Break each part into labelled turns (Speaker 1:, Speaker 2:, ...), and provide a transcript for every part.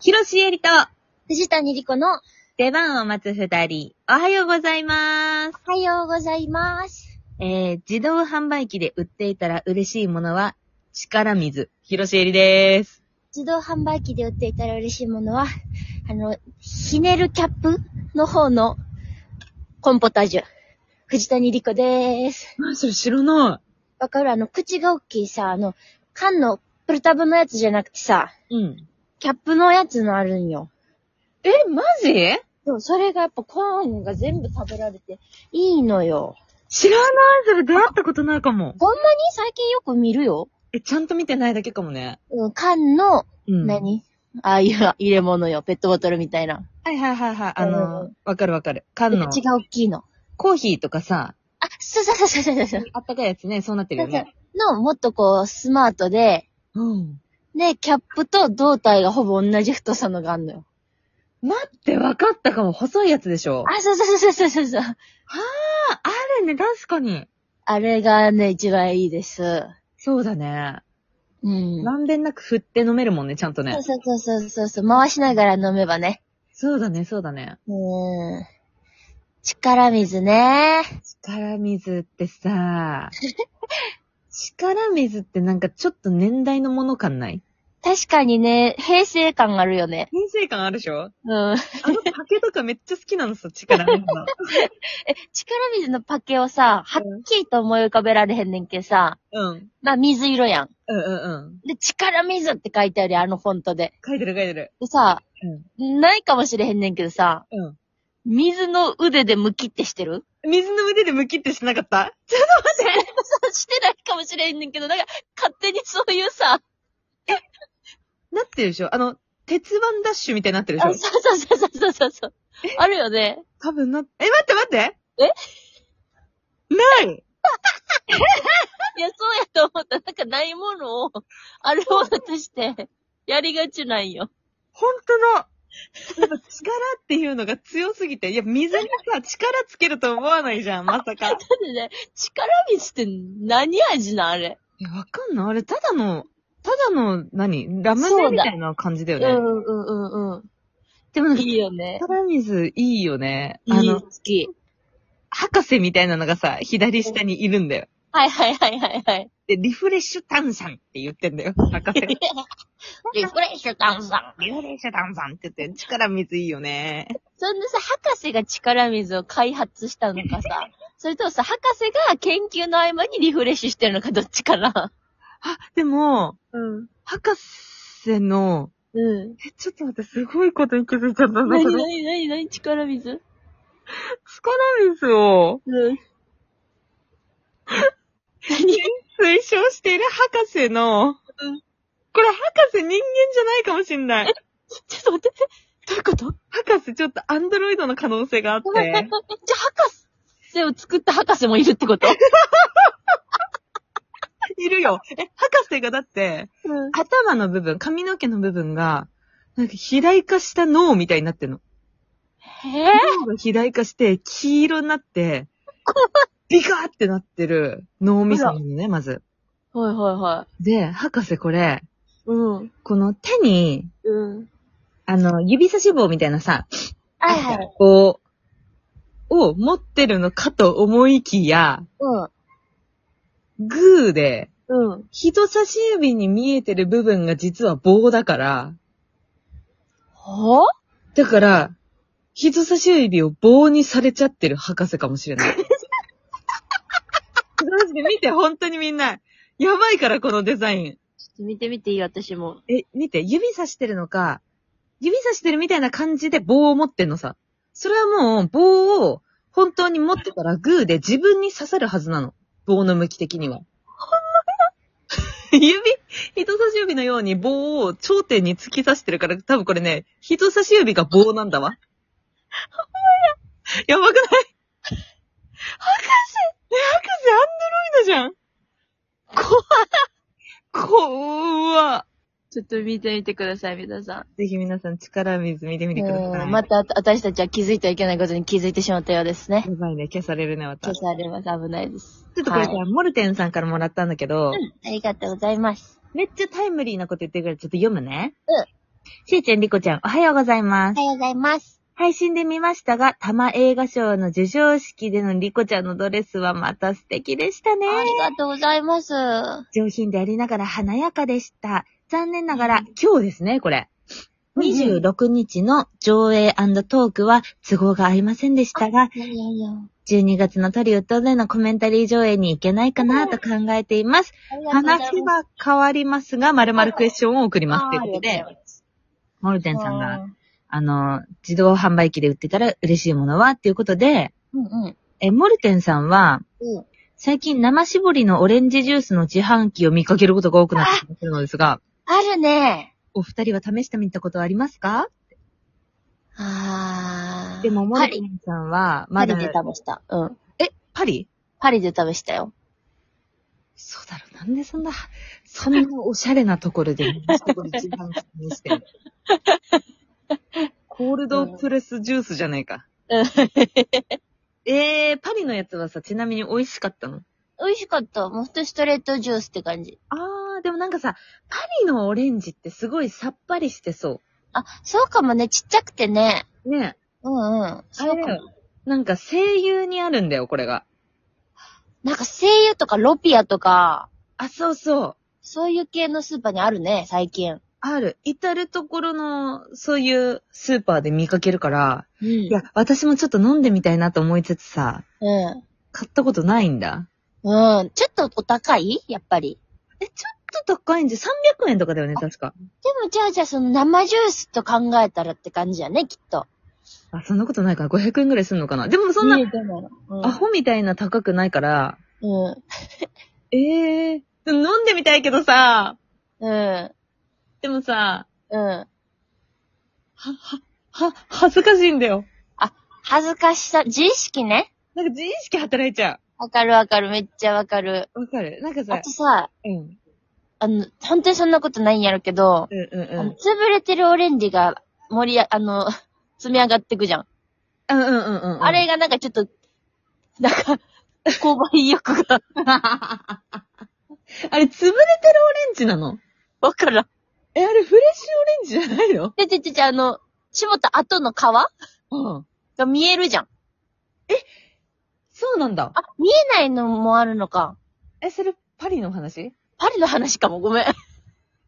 Speaker 1: ひろしえりと、
Speaker 2: 藤谷莉子の、おは
Speaker 1: 出番を待つ二人、おはようございます。
Speaker 2: ようございます。
Speaker 1: えー、自動販売機で売っていたら嬉しいものは、力水。ひろしえりです。
Speaker 2: 自動販売機で売っていたら嬉しいものは、あの、ひねるキャップの方の、コンポタージュ。藤谷莉子でーす。
Speaker 1: なそれ知らな
Speaker 2: わかるあの、口が大きいさ、あの、缶のプルタブのやつじゃなくてさ、
Speaker 1: い。うん。
Speaker 2: キャップのやつのあるんよ。
Speaker 1: え、マジ
Speaker 2: でもそれがやっぱコーンが全部食べられて、いいのよ。
Speaker 1: 知らないそれ出会ったことないかも。
Speaker 2: ほんまに最近よく見るよ。
Speaker 1: え、ちゃんと見てないだけかもね。
Speaker 2: うん、缶の、
Speaker 1: うん
Speaker 2: 何ああいう入れ物よ。ペットボトルみたいな。
Speaker 1: はいはいはいはい。あ
Speaker 2: う
Speaker 1: の、わかるわかる。缶の、
Speaker 2: 口が大きいの。
Speaker 1: コーヒーとかさ、
Speaker 2: あ、そうそうそうそうそうそう。
Speaker 1: あったかいやつね、そうなってるよね。
Speaker 2: の、もっとこう、スマートで、
Speaker 1: うん。
Speaker 2: で、キャップと胴体がほぼ同じ太さのがあんのよ。
Speaker 1: 待って、わかったかも。細いやつでしょ。
Speaker 2: あ、そうそうそうそうそうそう。
Speaker 1: あ、あるね、確かに。
Speaker 2: あれがね、一番いいです。
Speaker 1: そうだね。
Speaker 2: うん。
Speaker 1: まんべんなく振って飲めるもんね、ちゃんとね。
Speaker 2: そうそうそうそうそう。回しながら飲めばね。
Speaker 1: そうだね、そうだね。
Speaker 2: うん。力水ね。
Speaker 1: 力水って さ、力水ってなんかちょっと年代のもの感ない
Speaker 2: 確かにね、平成感あるよね。
Speaker 1: 平成感あるでしょ
Speaker 2: うん。
Speaker 1: あのパケとかめっちゃ好きなのさ、力水 の。
Speaker 2: 力水のパケをさ、はっきりと思い浮かべられへんねんけどさ、
Speaker 1: うん。
Speaker 2: まあ水色やん。
Speaker 1: うんうんうん。
Speaker 2: で、力水って書いてあるやんあのフォントで。
Speaker 1: 書いてる書いてる。
Speaker 2: でさ、ないかもしれへんねんけどさ、
Speaker 1: うん。う
Speaker 2: 水の腕でムキってしてる
Speaker 1: ん。水の腕でムキってしてなかった
Speaker 2: そう してないかもしれへんねんけど、なんか勝手にそういうさ、
Speaker 1: なってるでしょあの、鉄腕ダッシュみたいになってるで
Speaker 2: あそう
Speaker 1: しょ
Speaker 2: そうそうそうそうそう。あるよね。
Speaker 1: 多分な、え、待って待ってえない
Speaker 2: いや、そうやと思った。なんかないものを、あるものとして、やりがちなんよ。
Speaker 1: 本当の、やっぱ力っていうのが強すぎて、いや、水にさ、力つけると思わないじゃん、まさか。
Speaker 2: だってね、力水って何味なんあれ。
Speaker 1: え、わかんない。あれ、ただの、ただの、何ラムネみたいな感じだよ
Speaker 2: う
Speaker 1: ね。
Speaker 2: んうんうんうん。
Speaker 1: でもなんか、
Speaker 2: いいよね。
Speaker 1: 力水いいよね。あ
Speaker 2: いい、
Speaker 1: の
Speaker 2: 好、き。
Speaker 1: 博士みたいなのがさ、左下にいるんだよ。
Speaker 2: はいはいはいはいはい。
Speaker 1: で、リフレッシュ炭酸って言ってんだよ、博士が。
Speaker 2: リフレッシュ炭酸。
Speaker 1: リフレッシュ炭酸って言って、力水いいよね。
Speaker 2: そんなさ、博士が力水を開発したのか さ、それともさ、博士が研究の合間にリフレッシュしてるのかどっちかな。
Speaker 1: あ、でも、
Speaker 2: うん。
Speaker 1: 博士の、
Speaker 2: うん。
Speaker 1: え、ちょっと待って、すごいことに気づいちゃったんだ
Speaker 2: な
Speaker 1: け
Speaker 2: に
Speaker 1: ど。
Speaker 2: なになになに力水
Speaker 1: 力水を
Speaker 2: うん。何
Speaker 1: 推奨している博士の、これ博士人間じゃないかもしんない。
Speaker 2: ちょっと待って、えどういうこと
Speaker 1: 博士ちょっとアンドロイドの可能性があっ
Speaker 2: じゃあ
Speaker 1: て、
Speaker 2: 博士を作った博士もいるってこと
Speaker 1: いるよ。え、博士がだって、
Speaker 2: うん。
Speaker 1: 頭の部分、髪の毛の部分が、なんか肥大化した脳みたいになってんの。
Speaker 2: へえ
Speaker 1: 脳が肥大化して、黄色になって、ビカーってなってる脳みそなのね、まず。
Speaker 2: はいはいはい。
Speaker 1: で、博士これ、
Speaker 2: うん。
Speaker 1: この手に、
Speaker 2: うん。
Speaker 1: あの、指差し棒みたいなさ、
Speaker 2: はいはい。
Speaker 1: こう、を持ってるのかと思いきや、グーで、
Speaker 2: うん。うん。
Speaker 1: 人差し指に見えてる部分が実は棒だから、
Speaker 2: は
Speaker 1: だから、人差し指を棒にされちゃってる博士かもしれ ない。マジで見て、本当にみんな。やばいから、このデザイン。
Speaker 2: ちょっと見てみていい私も。
Speaker 1: え、見て、指さしてるのか、指さしてるみたいな感じで棒を持ってんのさ。それはもう、棒を本当に持ってたらグーで自分に刺さるはずなの。棒の向き的には。指、人差し指のように棒を頂点に突き刺してるから、多分これね、人差し指が棒なんだわ。やばくない博士え、博士アンドロイドじゃん怖っ怖っ
Speaker 2: ちょっと見てみてください、皆さん。
Speaker 1: ぜひ皆さん力水見てみてください。
Speaker 2: また私たちは気づいてはいけないことに気づいてしまったようですね。
Speaker 1: やばいね、消されるね、また。
Speaker 2: 消
Speaker 1: ち
Speaker 2: されます。危ないです。
Speaker 1: ょっとこれさ、
Speaker 2: はい
Speaker 1: モルテンさんからもらったんだけど、
Speaker 2: うんありがとうございます。
Speaker 1: めっちゃタイムリーなこと言ってるからちょっと読むね。
Speaker 2: うん
Speaker 1: しーちゃん、りこちゃん、おはようございま
Speaker 2: お
Speaker 1: す。
Speaker 2: はようございます。
Speaker 1: 配信で見ましたが、多摩映画賞の授賞式でのりこちゃんのドレスはまた素敵でしたね。
Speaker 2: ありがとうございます。あ
Speaker 1: 上品でありながら華やかでした。残念ながら、今日ですね、これ。
Speaker 2: うんうん
Speaker 1: 26日の上映トークは都合が合いませんでしたが、
Speaker 2: いやいやいや。
Speaker 1: 12月のトリウッドでのコメンタリー上映に行けないかなと考えています。
Speaker 2: ありがとうございます
Speaker 1: 話は変わりますが、〇〇クエスチョンを送ります。ということ
Speaker 2: あり
Speaker 1: で
Speaker 2: が、とうございます
Speaker 1: モルテンさんが、あの、自動販売機で売ってたら嬉しいものはっていうことで、
Speaker 2: うんうん。
Speaker 1: え、モルテンさんは、
Speaker 2: うん。
Speaker 1: 最近生絞りのオレンジジュースの自販機を見かけることが多くなってきているのですが、
Speaker 2: あるね。
Speaker 1: お二人は試してみたことはありますか
Speaker 2: あー。
Speaker 1: でも、モ
Speaker 2: パ
Speaker 1: ルテ
Speaker 2: リ、
Speaker 1: ンさんは、
Speaker 2: パ
Speaker 1: ま
Speaker 2: リ
Speaker 1: だ、
Speaker 2: で試した。うん。
Speaker 1: え、パリ
Speaker 2: パリで試したよ。
Speaker 1: そうだろう、なんでそんな、そんなおしゃれなところで、生絞り自販機にしてんのコールドプレスジュースじゃないか。
Speaker 2: うん
Speaker 1: えー、パリのやつはさ、ちなみに美味しかったの
Speaker 2: 美味しかった。もうほんとストレートジュースって感じ。
Speaker 1: あー、でもなんかさ、パリのオレンジってすごいさっぱりしてそ
Speaker 2: あ、そうかもね。ちっちゃくてね。
Speaker 1: う。ね
Speaker 2: うんうん。
Speaker 1: あ
Speaker 2: そう
Speaker 1: れだ
Speaker 2: かも。
Speaker 1: よ。なんか声優にあるんだよ、これが。
Speaker 2: なんか声優とかロピアとか、
Speaker 1: あ、そうそう。
Speaker 2: そういう系のスーパーにあるね、最近。
Speaker 1: ある。至るところの、そういうスーパーで見かけるから、
Speaker 2: うん。
Speaker 1: いや、私もちょっと飲んでみたいなと思いつつさ、
Speaker 2: うん。
Speaker 1: 買ったことないんだ。
Speaker 2: うん。ちょっとお高いやっぱり。
Speaker 1: え、ちょっと高いんじゃ、300円とかだよね、確か。
Speaker 2: でもじゃあじゃあその生ジュースと考えたらって感じやね、きっと。
Speaker 1: あ、そんなことないかな。500円ぐらいすんのかな。でもそんな、
Speaker 2: ねでもうん。
Speaker 1: アホみたいな高くないから、
Speaker 2: うん。
Speaker 1: ええー。でも飲んでみたいけどさ、
Speaker 2: うん。
Speaker 1: でもさ、
Speaker 2: うん。
Speaker 1: は、恥ずかしいんだよ。
Speaker 2: 恥ずかしさ、自意識ね。
Speaker 1: なんか自意識働いちゃ
Speaker 2: わかるわかる、めっちゃわかる。
Speaker 1: う。わかるなんか
Speaker 2: あ
Speaker 1: さ
Speaker 2: と、さ、
Speaker 1: うん。
Speaker 2: あの、本当にそんなことないんやろけど、
Speaker 1: うんうん
Speaker 2: あ
Speaker 1: う
Speaker 2: の
Speaker 1: ん。
Speaker 2: 潰れてるオレンジが盛りあ、あの、積み上がってくじゃん。
Speaker 1: うんうんうんうんうん。
Speaker 2: あれがなんかちょっと、なんか、購買意欲が、
Speaker 1: あれ、潰れてるオレンジなの
Speaker 2: わからん。
Speaker 1: え、あれ、フレッシュオレンジじゃないの
Speaker 2: で、で、で、で、あの、絞った後の皮が
Speaker 1: うん。
Speaker 2: 見えるじゃん。
Speaker 1: そうなんだ。
Speaker 2: あ、見えないのもあるのか。
Speaker 1: え、それ、パリの話
Speaker 2: パリの話かも、ごめん。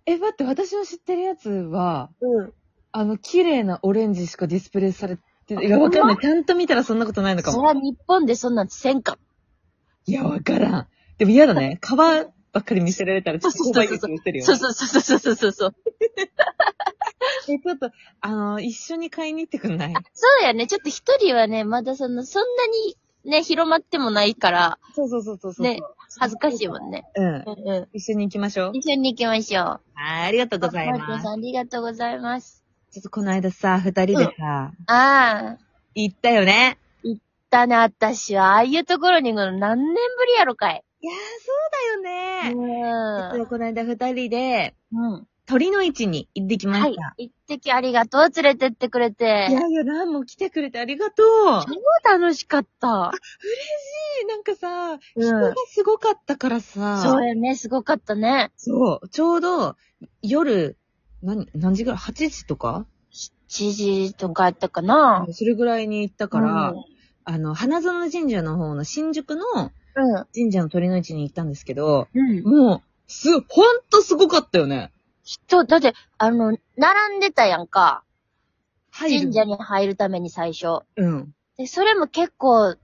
Speaker 1: え、待って、私の知ってるやつは、
Speaker 2: うん。
Speaker 1: あの、綺麗なオレンジしかディスプレイされて、いや、わかんない。ちゃんと見たらそんなことないのか
Speaker 2: そ
Speaker 1: も。
Speaker 2: ら日本でそんなんせんか。
Speaker 1: いや、わからん。でも嫌だ ね。皮ばっかり見せられたら、ちょっと
Speaker 2: そう
Speaker 1: 購
Speaker 2: そ
Speaker 1: 買
Speaker 2: うそうそ
Speaker 1: 力見せるよ
Speaker 2: そう。そうそうそうそうそうそう。
Speaker 1: え、ちょっと、あの、一緒に買いに行ってくんない
Speaker 2: そうやね。ちょっと一人はね、まだその、そんなにね、広まってもないから、
Speaker 1: そうそうそうそうそう。
Speaker 2: ね、恥ずかしいもんね。
Speaker 1: うん
Speaker 2: う。んう。。
Speaker 1: 一緒に行きましょうん
Speaker 2: 一緒に行きましょう。
Speaker 1: はい、ありがとうござい
Speaker 2: マル
Speaker 1: ま
Speaker 2: コ
Speaker 1: す
Speaker 2: さ。ん、ありがとうございます。
Speaker 1: ちょっとこの間さ、二人でさ、
Speaker 2: ああ、
Speaker 1: 行ったよね。
Speaker 2: だね、私は、ああいうところに行くの何年ぶりやろかい。
Speaker 1: いやー、そうだ
Speaker 2: う
Speaker 1: よね。実
Speaker 2: ん。
Speaker 1: はこの間二人で、
Speaker 2: うん。
Speaker 1: 鳥の市に行ってきま
Speaker 2: は
Speaker 1: し
Speaker 2: い
Speaker 1: た。。
Speaker 2: 一滴ありがとう、連れてってくれて。
Speaker 1: いやいや、なんも来てくれてありがとう。
Speaker 2: 超楽しかった。
Speaker 1: えなんかさ、
Speaker 2: うん
Speaker 1: 人がすごかったからさ、
Speaker 2: そうやね、すごかったね。
Speaker 1: そうちょうど夜、何、何時ぐらい ?8 時とか、
Speaker 2: 7時とかやったかな。
Speaker 1: それぐらいに行ったから、
Speaker 2: うん
Speaker 1: あの、花園神社の方の新宿の
Speaker 2: うん。
Speaker 1: 神社の鳥の市に行ったんですけど、
Speaker 2: うん。
Speaker 1: もう、す、ほんとすごかったよね。
Speaker 2: 人、だって、あの、並んでたやんか。
Speaker 1: 入る
Speaker 2: 神社に入るために最初。
Speaker 1: うん。
Speaker 2: で、それも結構、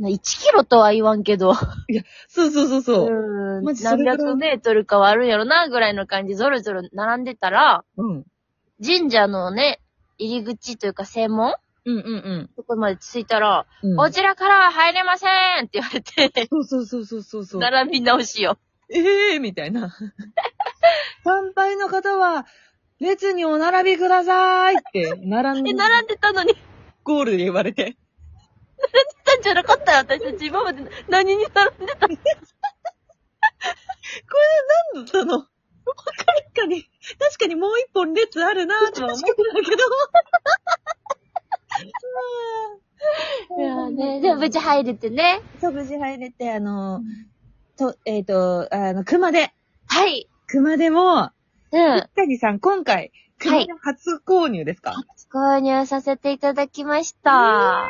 Speaker 2: 1キロとは言わんけど、
Speaker 1: そうそうそうそう。
Speaker 2: うん
Speaker 1: マジそれぐ
Speaker 2: 何
Speaker 1: らい
Speaker 2: 百メートルかはあるんやろな、ぐらいの感じ、ぞろぞろ並んでたら、
Speaker 1: うん。
Speaker 2: 神社のね、入り口というか正門
Speaker 1: うんうん
Speaker 2: そこまで着いたら、
Speaker 1: うん。
Speaker 2: こちらからは入れませんって言われて、
Speaker 1: そうそうそうそうそうそう。
Speaker 2: 並び直しよ。
Speaker 1: ええみたいな。 参拝の方は、列にお並びくださいって、並ん
Speaker 2: で、
Speaker 1: で、
Speaker 2: 並んでたのに、
Speaker 1: ゴールで言われて。
Speaker 2: たんじゃなかったよ、私たち。今まで何に並んでた
Speaker 1: なんだったの確かに、確かにもう一本列あるなぁとは思ってたけど。
Speaker 2: いやね、でも無事入れてね。
Speaker 1: そう、無事入れて、あの、と、えっ、と、あの、熊手。
Speaker 2: はい。
Speaker 1: 熊手も、
Speaker 2: うん。
Speaker 1: 三谷さん、今回、国の初購入ですか、
Speaker 2: 購入させていただきました。
Speaker 1: あ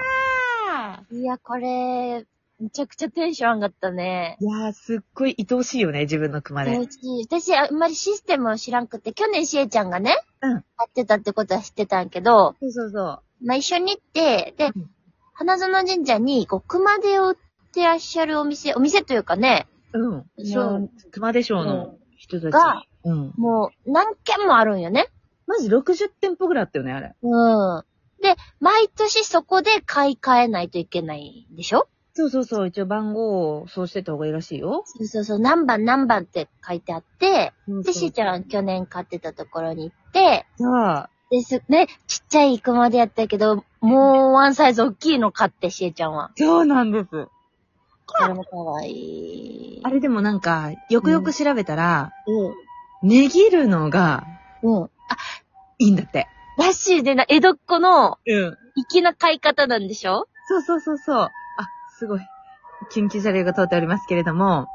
Speaker 2: いや、これ、めちゃくちゃテンション上がったね。
Speaker 1: ーいやー、すっごい愛おしいよね、自分の熊で。
Speaker 2: 嬉しい私、あんまりシステムを知らんくて、去年しえちゃんがね、
Speaker 1: うん
Speaker 2: やってたってことは知ってたんやけど、
Speaker 1: そうそうそ
Speaker 2: まあ、一緒に行って、で、
Speaker 1: うん
Speaker 2: 花園神社に、こう、熊手を売ってらっしゃるお店、お店というかね、
Speaker 1: う。うん。
Speaker 2: い
Speaker 1: シ
Speaker 2: や
Speaker 1: ョー熊手賞の人たち。
Speaker 2: が
Speaker 1: うん。
Speaker 2: もう、何軒もあるんよね。
Speaker 1: マジ60店舗ぐらいあったよね、あれ。
Speaker 2: うん。で、毎年そこで買い替えないといけないでしょ
Speaker 1: そうそうそう、一応番号をそうしてた方がいいらしいよ。
Speaker 2: そうそうそう、何番何番って書いてあって、で、しー
Speaker 1: じ
Speaker 2: ちゃん去年買ってたところに行って、
Speaker 1: ゃあ、
Speaker 2: です、ね、ちっちゃいクマでやったけど、もうワンサイズ大きいの買って、しーちゃんは。
Speaker 1: そうなんです。
Speaker 2: これもかわいい。
Speaker 1: あれでもなんか、よくよく調べたら、
Speaker 2: うん。
Speaker 1: 値切るのが
Speaker 2: うん。
Speaker 1: いいんだって。
Speaker 2: らしいでな、江戸っ子の
Speaker 1: うん。
Speaker 2: 粋な買い方なんでしょ
Speaker 1: そうそうそうそう。あ、すごい。緊急車両が通っておりますけれども。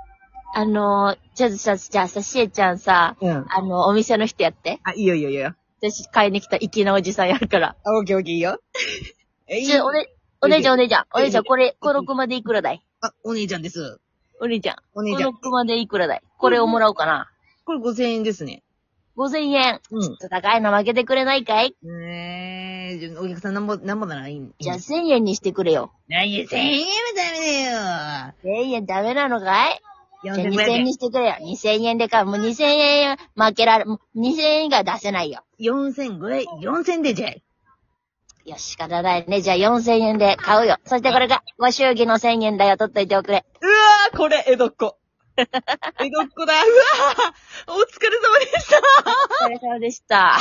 Speaker 2: あのー、ちょっとさ、じゃあさ、しえちゃんさ、
Speaker 1: うん。
Speaker 2: あの、お店の人やって。
Speaker 1: あ、いいよいいよいいよ。
Speaker 2: 私買いに来た粋なおじさんやるから。
Speaker 1: あ、オッケーオッケーいい よ。え
Speaker 2: ちょ、おね、お姉ちゃん、お姉ちゃん。お姉ちゃん、これ、
Speaker 1: うん
Speaker 2: この熊でいくらだい
Speaker 1: あ、お姉ちゃんです。
Speaker 2: お姉ちゃん。
Speaker 1: お
Speaker 2: こ
Speaker 1: 姉ちゃ
Speaker 2: の
Speaker 1: ん。
Speaker 2: 熊でいくらだいこれをもらおうかな。
Speaker 1: これ5000円ですね。
Speaker 2: 5000円。
Speaker 1: うん
Speaker 2: ちょっと高いの負けてくれないかい
Speaker 1: ねえ、じゃお客さんなんぼ、なんぼならいい。
Speaker 2: じゃあ1000円にしてくれよ。
Speaker 1: 何や、1000円はダ
Speaker 2: 1000円ダメなのかい
Speaker 1: メ
Speaker 2: じゃ
Speaker 1: だよ。4500
Speaker 2: あ2000円
Speaker 1: 円
Speaker 2: に。してくれよ。2000円でか、もう2000円負けられ、もう2000円以外出せないよ。
Speaker 1: 4500円、4000でじゃい。
Speaker 2: よし、仕方ないね。じゃあ4000円で買うよ。そしてこれが、ご祝儀の1000円だよ。取っといておくれ。
Speaker 1: うわー、これ、江戸っ子。江戸っ子だ。うわー、お疲れ様でした。
Speaker 2: お疲れ様でした。